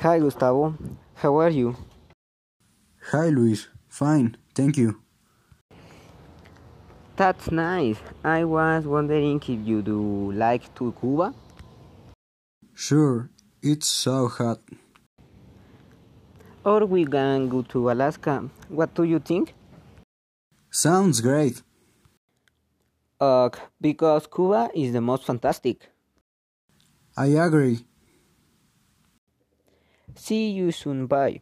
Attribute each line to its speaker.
Speaker 1: Hi, Gustavo. How are you?
Speaker 2: Hi, Luis. Fine, thank you.
Speaker 1: That's nice. I was wondering if you do like to Cuba.
Speaker 2: Sure, it's so hot.
Speaker 1: Or we can go to Alaska. What do you think?
Speaker 2: Sounds great.
Speaker 1: Uh, because Cuba is the most fantastic.
Speaker 2: I agree.
Speaker 1: See you soon. Bye.